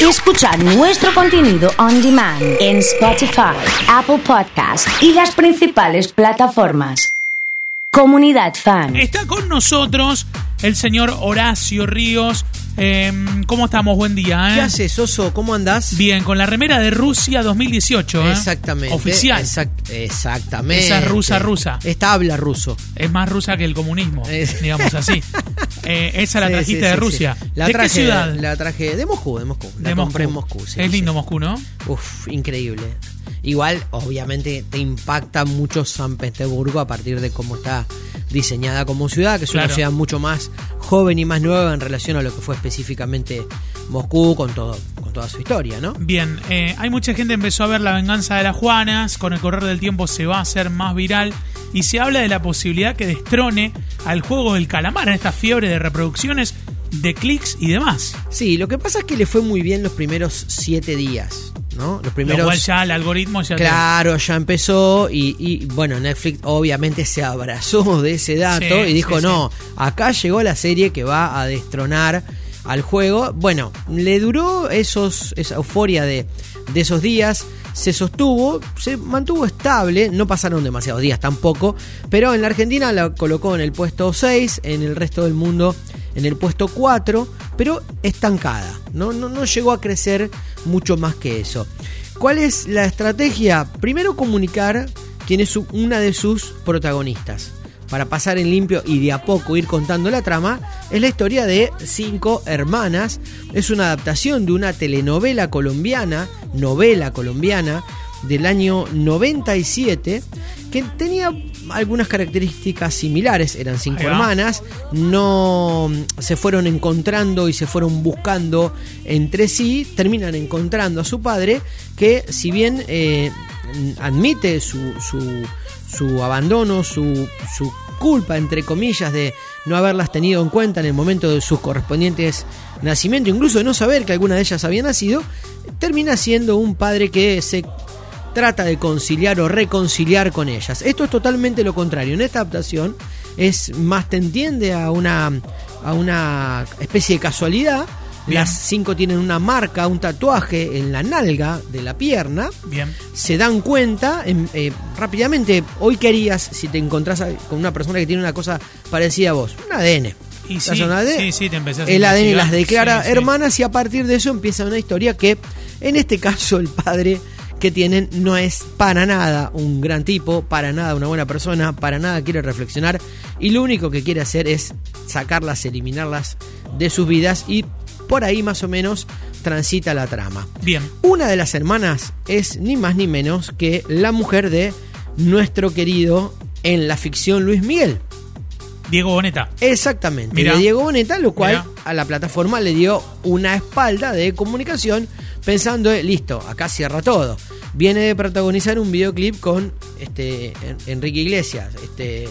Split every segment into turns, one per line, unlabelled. y escuchar nuestro contenido on demand en Spotify, Apple Podcast y las principales plataformas. Comunidad Fan.
Está con nosotros el señor Horacio Ríos. Eh, ¿Cómo estamos? Buen día. ¿eh?
¿Qué haces, Soso? ¿Cómo andás?
Bien, con la remera de Rusia 2018. ¿eh?
Exactamente.
Oficial.
Exact- exactamente.
Esa rusa, rusa.
Esta habla ruso.
es más rusa que el comunismo,
Es-
digamos así. Eh, esa la
Sí,
trajiste
sí,
de
sí,
Rusia.
sí. La
¿De
traje,
qué ciudad?
La traje de Moscú, de Moscú. La
de Moscú.
compré en Moscú. sí,
es lindo
sí.
Moscú, ¿no?
Uf, increíble. Igual, obviamente, te impacta mucho San Petersburgo a partir de cómo está diseñada como ciudad, que es
Claro.
una ciudad mucho más joven y más nueva en relación a lo que fue específicamente Moscú con todo, con toda su historia, ¿no?
Bien, eh, hay mucha gente que empezó a ver La venganza de las Juanas, con el correr del tiempo se va a hacer más viral y se habla de la posibilidad que destrone al juego del calamar en esta fiebre de reproducciones, de clics y demás.
Sí, lo que pasa es que le fue muy bien los primeros siete días, ¿no? Los primeros.
Lo cual ya el algoritmo ya te-
Claro, ya empezó y, y, bueno, Netflix obviamente se abrazó de ese dato
Sí,
y dijo,
sí,
no, acá llegó la serie que va a destronar al juego. Bueno, le duró esos, esa euforia de, de esos días, se sostuvo, se mantuvo estable, no pasaron demasiados días tampoco, pero en la Argentina la colocó en el puesto 6, en el resto del mundo en el puesto 4, pero estancada, no, no, no llegó a crecer mucho más que eso. ¿Cuál es la estrategia? Primero comunicar quién es su- una de sus protagonistas. Para pasar en limpio y de a poco ir contando la trama, es la historia de Cinco Hermanas. Es una adaptación de una telenovela colombiana, novela colombiana, del año 97, que tenía algunas características similares. Eran cinco
Ahí va.
hermanas hermanas no mm, se fueron encontrando y se fueron buscando entre sí, terminan encontrando a su padre, que si bien eh, mm, admite su, su, su abandono, su, su culpa, entre comillas, de no haberlas tenido en cuenta en el momento de sus correspondientes nacimientos, incluso de no saber que alguna de ellas había nacido, termina siendo un padre que se trata de conciliar o reconciliar con ellas. Esto es totalmente lo contrario. En esta adaptación es más te entiende a una, a una especie de casualidad.
Bien.
Las cinco tienen una marca, un tatuaje en la nalga de la pierna.
Bien.
Se dan cuenta em, eh, rápidamente. Hoy qué harías si te encontrás a- con una persona que tiene una cosa parecida a vos. Un ADN.
Y
Te
sí,
hacen un ADN,
sí, sí, te empezás a
El ADN
investigar.
las declara
Sí, sí.
hermanas y a partir de eso empieza una historia que, en este caso, el padre que tienen no es para nada un gran tipo, para nada una buena persona, para nada quiere reflexionar y lo único que quiere hacer es sacarlas, eliminarlas de sus vidas y por ahí más o menos transita la trama.
Bien.
Una de las hermanas es ni más ni menos que la mujer de nuestro querido en la ficción Luis Miguel.
Diego Boneta.
Exactamente,
Mirá.
de Diego Boneta, lo cual
Mirá.
a la plataforma le dio una espalda de comunicación pensando, eh, listo, acá cierra todo. Viene de protagonizar un videoclip con este En- Enrique Iglesias, este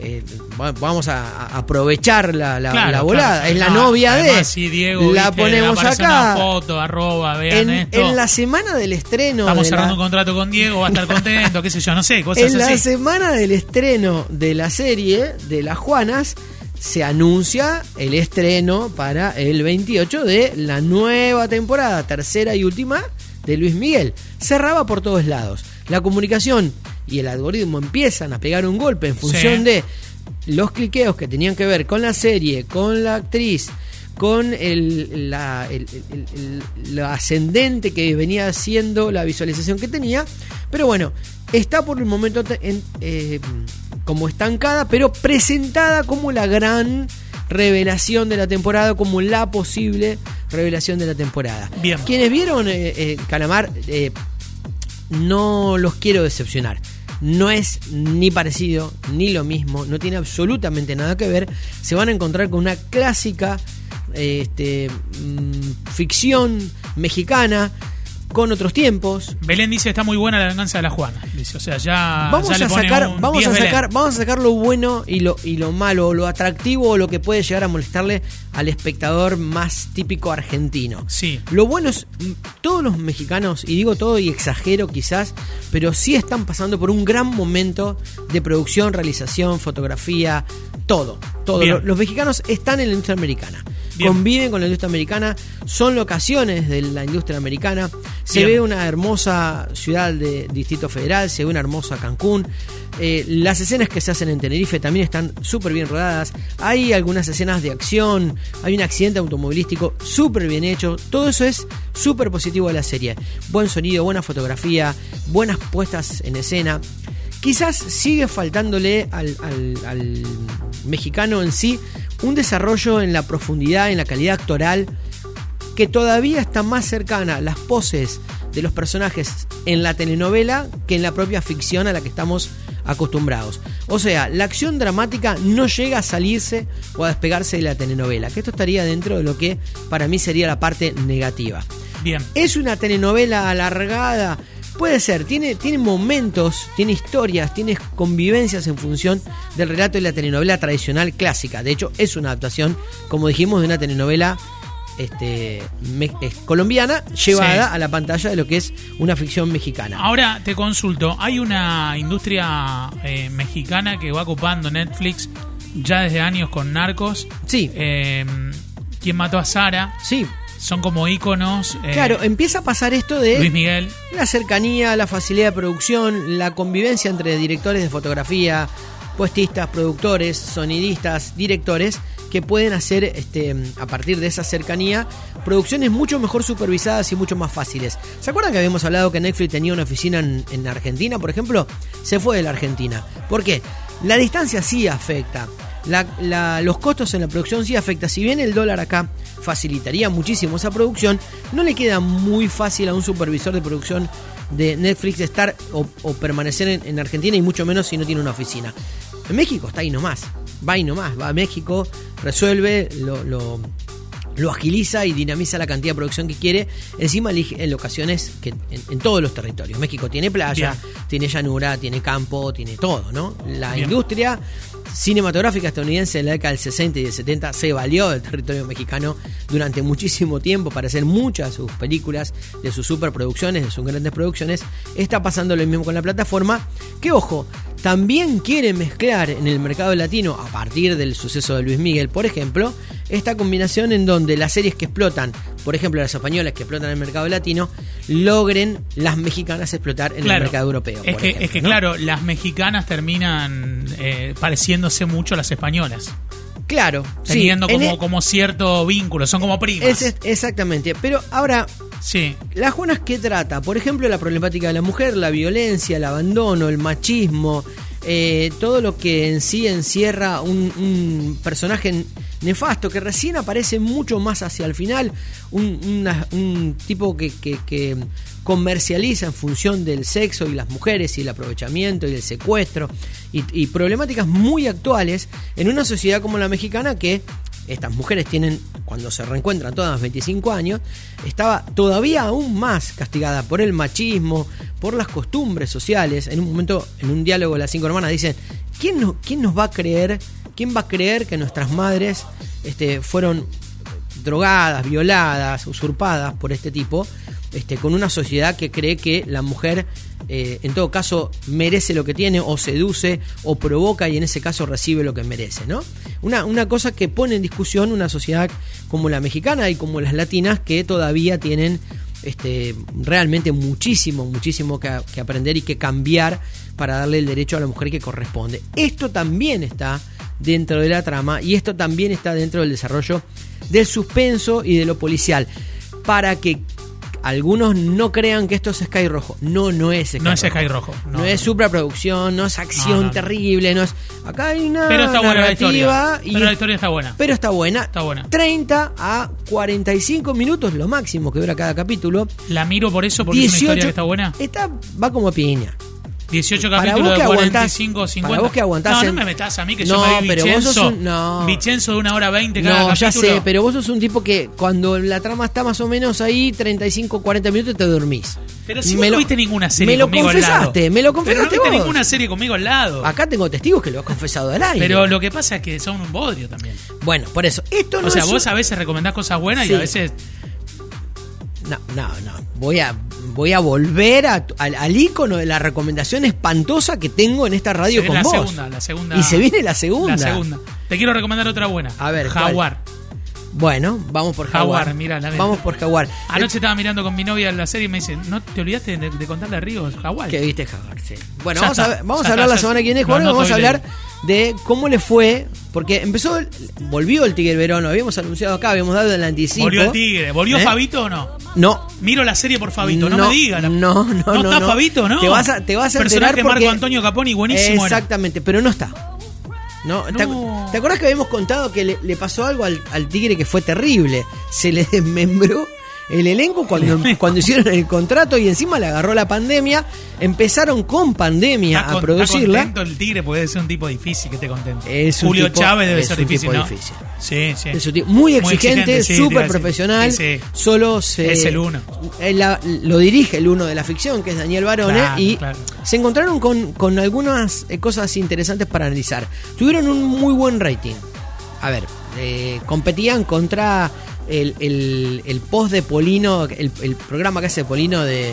eh, va- vamos a, a aprovechar la, la-
Claro,
la volada,
claro.
es la
Además-
novia de
además, sí, Diego,
la
viste,
ponemos
aparece
acá.
Una foto, arroba, vean
En,
esto.
en la semana del estreno
Estamos
de la-
cerrando un contrato con Diego, va a estar contento, qué sé yo, no sé, cosas
en la
así.
semana del estreno de la serie de Las Juanas se anuncia el estreno para el 28 de la nueva temporada, tercera y última de Luis Miguel. Cerraba por todos lados. La comunicación y el algoritmo empiezan a pegar un golpe en función
Sí.
de los cliqueos que tenían que ver con la serie, con la actriz, con el, la- el- el- el- la ascendente que venía siendo la visualización que tenía. Pero bueno, está por el momento te- en- eh, como estancada, pero presentada como la gran revelación de la temporada, como la posible revelación de la temporada.
Bien.
Quienes vieron eh, eh, Calamar, eh, no los quiero decepcionar. No es ni parecido, ni lo mismo, no tiene absolutamente nada que ver. Se van a encontrar con una clásica eh, este, mm, ficción mexicana, con otros tiempos.
Belén dice está muy buena la venganza de la Juana. Dice, o sea, ya,
Vamos
Ah, ya le
a
pone
sacar,
un
vamos
10
a
Belén.
sacar, vamos a sacar lo bueno y lo, y lo malo, o lo atractivo, o lo que puede llegar a molestarle al espectador más típico argentino.
Sí.
Lo bueno es, mm, todos los mexicanos, y digo todo y exagero quizás, pero sí están pasando por un gran momento de producción, realización, fotografía, todo. todo.
Bien.
Lo- Los mexicanos están en la industria americana.
Bien.
conviven con la industria americana, son locaciones de la industria americana. Se
Bien.
ve una hermosa ciudad de Distrito Federal, se ve una hermosa Cancún. Eh, las escenas que se hacen en Tenerife también están súper bien rodadas. Hay algunas escenas de acción, hay un accidente automovilístico súper bien hecho. Todo eso es súper positivo de la serie. Buen sonido, buena fotografía, buenas puestas en escena. Quizás sigue faltándole al, al- al mexicano en sí un desarrollo en la profundidad, en la calidad actoral, que todavía está más cercana a las poses de los personajes en la telenovela que en la propia ficción a la que estamos acostumbrados. O sea, la acción dramática no llega a salirse o a despegarse de la telenovela, que esto estaría dentro de lo que para mí sería la parte negativa.
Bien.
¿Es una telenovela alargada? Puede ser, tiene, tiene momentos, tiene historias, tiene convivencias en función del relato de la telenovela tradicional clásica. De hecho, es una adaptación, como dijimos, de una telenovela este, me- es colombiana llevada
Sí.
a la pantalla de lo que es una ficción mexicana.
Ahora te consulto, hay una industria eh, mexicana que va copando Netflix ya desde años con narcos.
Sí.
Eh, ¿Quién mató a Sara?
Sí,
Son como íconos. Ah. eh,
claro, empieza a pasar esto de...
Luis Miguel.
La cercanía, la facilidad de producción, la convivencia entre directores de fotografía, puestistas, productores, sonidistas, directores, que pueden hacer este, a partir de esa cercanía producciones mucho mejor supervisadas y mucho más fáciles. ¿Se acuerdan que habíamos hablado que Netflix tenía una oficina en, en Argentina, por ejemplo? Se fue de la Argentina. ¿Por qué? La distancia sí afecta. La- la- los costos en la producción sí afecta. Si bien el dólar acá facilitaría muchísimo esa producción, no le queda muy fácil a un supervisor de producción de Netflix estar o, o permanecer en, en Argentina y mucho menos si no tiene una oficina. En México está ahí nomás, va ahí nomás, va a México, resuelve, lo, lo- lo agiliza y dinamiza la cantidad de producción que quiere. Encima elige en locaciones que en, en todos los territorios. México tiene playa, tiene llanura, tiene campo, tiene todo, ¿no? La
Bien.
industria cinematográfica estadounidense en la década del 60 y del 70 se valió del territorio mexicano durante muchísimo tiempo para hacer muchas de sus películas, de sus superproducciones, de sus grandes producciones. Está pasando lo mismo con la plataforma, que ojo, también quiere mezclar en el mercado latino, a partir del suceso de Luis Miguel, por ejemplo, esta combinación en donde las series que explotan, por ejemplo las españolas que explotan en el mercado latino, logren las mexicanas explotar en el
claro.
mercado europeo.
Es
por
que,
ejemplo,
es que
¿no?
claro, las mexicanas terminan eh, pareciéndose mucho a las españolas.
Claro, sí,
Teniendo
en
como,
e-
como cierto vínculo. Son como primas.
Es- es- exactamente. Pero ahora,
Sí.
las Juanas que trata, por ejemplo, la problemática de la mujer, la violencia, el abandono, el machismo, eh, todo lo que en sí encierra un, un personaje nefasto que recién aparece mucho más hacia el final, un, una- un tipo que, que- que comercializa en función del sexo y las mujeres y el aprovechamiento y el secuestro y- y problemáticas muy actuales en una sociedad como la mexicana que estas mujeres tienen, cuando se reencuentran todas 25 años, estaba todavía aún más castigada por el machismo, por las costumbres sociales. En un momento, en un diálogo, las cinco hermanas dicen, ¿quién, no- quién nos va a creer? ¿Quién va a creer que nuestras madres este, fueron drogadas, violadas, usurpadas por este tipo, este, con una sociedad que cree que la mujer, eh, en todo caso, merece lo que tiene, o seduce, o provoca, y en ese caso recibe lo que merece, ¿no? Una, una cosa que pone en discusión una sociedad como la mexicana y como las latinas, que todavía tienen este, realmente muchísimo, muchísimo que, que aprender y que cambiar para darle el derecho a la mujer que corresponde. Esto también está dentro de la trama y esto también está dentro del desarrollo del suspenso y de lo policial. Para que algunos no crean que esto es Sky Rojo. No, no es Sky
No es
Rojo.
Sky Rojo.
No, es superproducción, no es acción
No, no.
terrible, no es... Acá hay una
Pero está buena la historia.
narrativa y
Pero la historia está buena.
pero está buena.
Está buena.
30 a 45 minutos, lo máximo que dura cada capítulo.
La miro por eso, porque es una historia que está buena.
Está, va como piña.
18
eh, Para
capítulos
vos
de
que aguantás-
45 50.
para vos que aguantás
No, no
en-
me metas a mí que
No,
yo me vi
pero vos sos
Vicenzo.
un- no.
Vicenzo de una hora 20 cada
No,
capítulo.
ya sé, pero vos sos un tipo que cuando la trama está más o menos ahí, 35, 40 minutos, te dormís.
Pero si vos no viste ninguna serie
Me lo
conmigo al
confesaste,
lado.
me lo
Pero no
confesaste
viste
vos.
ninguna serie conmigo al lado.
Acá tengo testigos que lo has confesado al aire.
Pero lo que pasa es que son un bodrio también.
Bueno, por eso. Esto no
O sea,
es
vos
un-
a veces recomendás cosas buenas
Sí.
y a veces.
No, no, no. Voy a, voy a volver a- al, al ícono de la recomendación espantosa que tengo en esta radio
se
con
viene la
vos.
segunda, la segunda.
Y se viene la segunda.
La segunda. Te quiero recomendar otra buena.
A ver, ¿cuál?
Jaguar.
Bueno, vamos por Jaguar.
Jaguar, mira, la
Vamos
verdad.
por Jaguar.
Anoche estaba mirando con mi novia la serie y me dice, ¿no te olvidaste de, de contarle a Ríos, Jaguar?
Que viste Jaguar, sí. Bueno,
Ya
vamos,
está,
a, ver- vamos
ya
a hablar
está,
la
ya
semana que viene,
está.
Juan,
No, no
vamos a
soy
hablar de cómo le fue, porque empezó, el- volvió el Tigre Verón, lo habíamos anunciado acá, habíamos dado el anticipo.
Volvió el Tigre. ¿Volvió
¿Eh?
Fabito o no?
No.
Miro la serie por Fabito, no, me diga. la-
No, no, no.
está
no.
Fabito, ¿no?
Te vas a, te vas a
Personaje de
enterar porque-
Marco Antonio Caponi, buenísimo. era.
Exactamente, pero no está. No, ¿Te, acu-
No.
te acuerdas que habíamos contado que le, le pasó algo al, al tigre que fue terrible? Se le desmembró el elenco cuando, cuando hicieron el contrato y encima le agarró la pandemia. Empezaron con pandemia
Está con-
a
está
producirla.
contento el Tigre puede ser un tipo difícil que esté contento.
Es un
Julio
tipo-
Chávez debe
es
ser
un
difícil,
tipo
¿no?
difícil.
Sí, sí.
Es un tipo muy exigente,
sí, te iba a
súper
decir.
profesional.
Sí, sí.
Solo se-
Es el uno.
Eh, la- lo dirige el uno de la ficción, que es Daniel Barone.
Claro,
y
claro.
se encontraron con, con algunas eh, cosas interesantes para analizar. Tuvieron un muy buen rating. A ver, eh, competían contra el, el- el post de Polino, el, el programa que hace Polino de.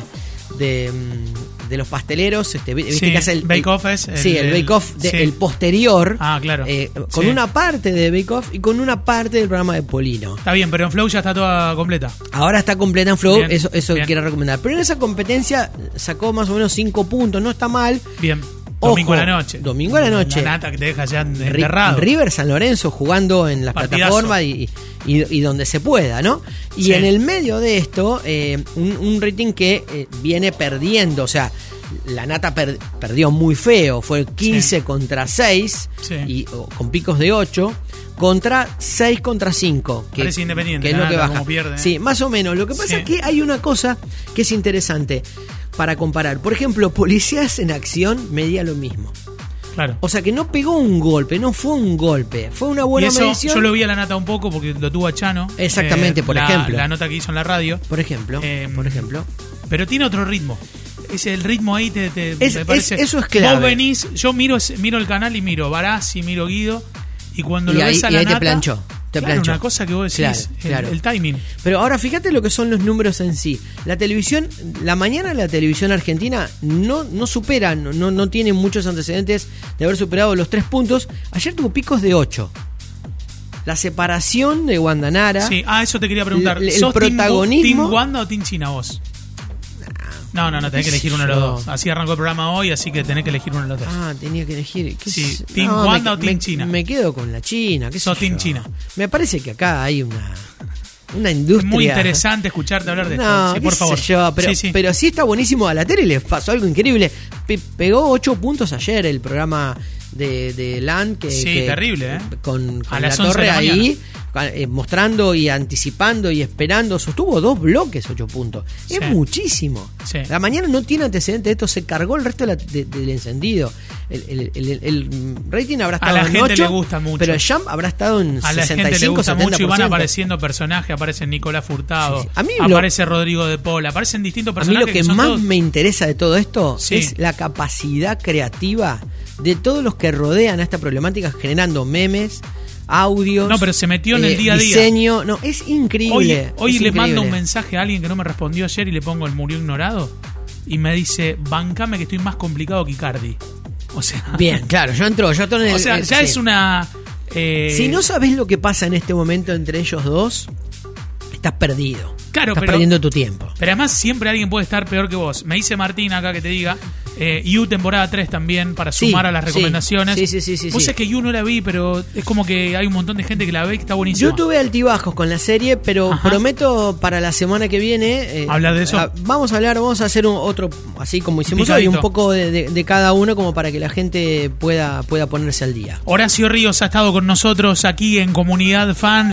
de, mm, de los pasteleros, este, vi- viste
Sí,
que hace el
Bake
el-
Off es el-
sí, el,
el-
Bake Off de-
sí.
el posterior,
Ah, claro.
eh, con
Sí.
una parte de Bake Off y con una parte del programa de Polino.
Está bien, pero en Flow ya está toda completa.
Ahora está completa en Flow,
Bien,
eso, eso
bien.
quiero recomendar. Pero en esa competencia sacó más o menos 5 puntos, no está mal.
Bien.
Ojo,
Domingo a la noche.
domingo a la noche.
La nata que te deja ya
Ri-
enterrado.
River San Lorenzo jugando en las
Partidazo.
plataformas y, y- y donde se pueda, ¿no? Y
Sí.
en el medio de esto, eh, un, un rating que eh, viene perdiendo, o sea, la Nata per- perdió muy feo, fue 15
Sí.
contra 6,
Sí.
y, o con picos de 8, contra 6 contra 5. Que,
Parece Independiente,
que es lo
la
que
Nata,
baja.
como pierde, ¿eh?
Sí, más o menos. Lo que pasa
Sí.
es que hay una cosa que es interesante para comparar. Por ejemplo, Policías en Acción medía lo mismo.
Claro.
O sea que no pegó un golpe, no fue un golpe, fue una
Y
buena
eso
medición.
yo lo vi a la nata un poco porque lo tuvo a Chano. Eh,
Exactamente, por
la-
ejemplo.
La nota que hizo en la radio.
Por ejemplo,
Em,
por ejemplo.
Pero tiene otro ritmo. Es el ritmo ahí te, te-
Es-
me parece.
es- eso es clave.
Vos venís, yo miro, ese- miro el canal y miro Barassi, miro Guido. Y cuando
Y
lo
ahí-
ves a
y
la
ahí te
nata,
planchó, te
claro,
planchó.
una cosa que vos decís,
Claro,
el-
claro.
El, timing.
Pero ahora fíjate lo que son los números en sí. La televisión, la mañana de la televisión argentina no, no supera, no, no, no tiene muchos antecedentes de haber superado los tres puntos. Ayer tuvo picos de ocho. La separación de Guandanara.
Sí, ah, eso te quería preguntar.
El- el
¿Sos team Gu-
protagonismo-
Team Wanda o Team China vos? No, no, no, tenés que elegir uno de los
Yo.
dos. Así arrancó el programa hoy, así que tenés que elegir uno de los dos.
Ah, tenía que elegir. ¿Qué
Sí,
sé-
¿Team
me-
Wanda o
me-
Team China?
Me quedo con la China. ¿qué sé
Sos Team
yo.
China.
Me parece que acá hay una, una
es
industria.
muy interesante escucharte hablar de
No,
esto. Sí,
qué
por
sé
favor.
yo, pero,
Sí, sí.
pero sí está buenísimo a la tele, le pasó algo increíble. Pe- pegó 8 puntos ayer el programa de, de LAN. Que,
Sí,
que-
terrible, ¿eh?
Con, con
A
la
las 11
torre
de la
ahí, ca- eh, mostrando y anticipando y esperando. Sostuvo dos bloques, 8 puntos.
Sí.
Es muchísimo.
Sí.
La mañana no tiene antecedentes de esto, se cargó el resto de la- de- del encendido. El, el- el- el- el rating habrá
A
estado
la
en
gente le
8,
gusta mucho.
Pero el jump habrá estado en
A la
65,
gente le gusta mucho y van
70%.
apareciendo personajes, aparece Nicolás Furtado,
Sí, sí. A mí lo-
aparece Rodrigo de Paul, aparecen distintos
A mí
personajes.
lo que,
son
más
todos-
me interesa de todo esto
Sí.
es la capacidad creativa de todos los que rodean a esta problemática generando memes, audios.
No, pero se metió en el día a día.
Diseño, no, es increíble.
Hoy, hoy
es
le
increíble.
mando un mensaje a alguien que no me respondió ayer y le pongo el murió ignorado y me dice, bancame que estoy más complicado que Icardi. O sea,
Bien, claro, yo entro, yo entro en el-
o sea
el-
ya
sí.
es una... eh,
Si no sabes lo que pasa en este momento entre ellos dos, estás perdido.
Claro,
estás
pero-
perdiendo tu tiempo.
Pero además siempre alguien puede estar peor que vos. Me dice Martín acá que te diga. Eh, You temporada 3 también para
Sí,
sumar a las
sí,
recomendaciones.
sí, sí, sí, sí,
Vos
sí.
sabés que You no la vi, pero es como que hay un montón de gente que la ve y que está buenísima.
Yo tuve altibajos con la serie, pero
Ajá.
prometo para la semana que viene. eh,
Hablar de eso.
a- vamos a hablar, vamos a hacer un otro, así como hicimos
Picadito.
hoy, un poco de, de- de cada uno, como para que la gente pueda, pueda ponerse al día.
Horacio Ríos ha estado con nosotros aquí en Comunidad Fan.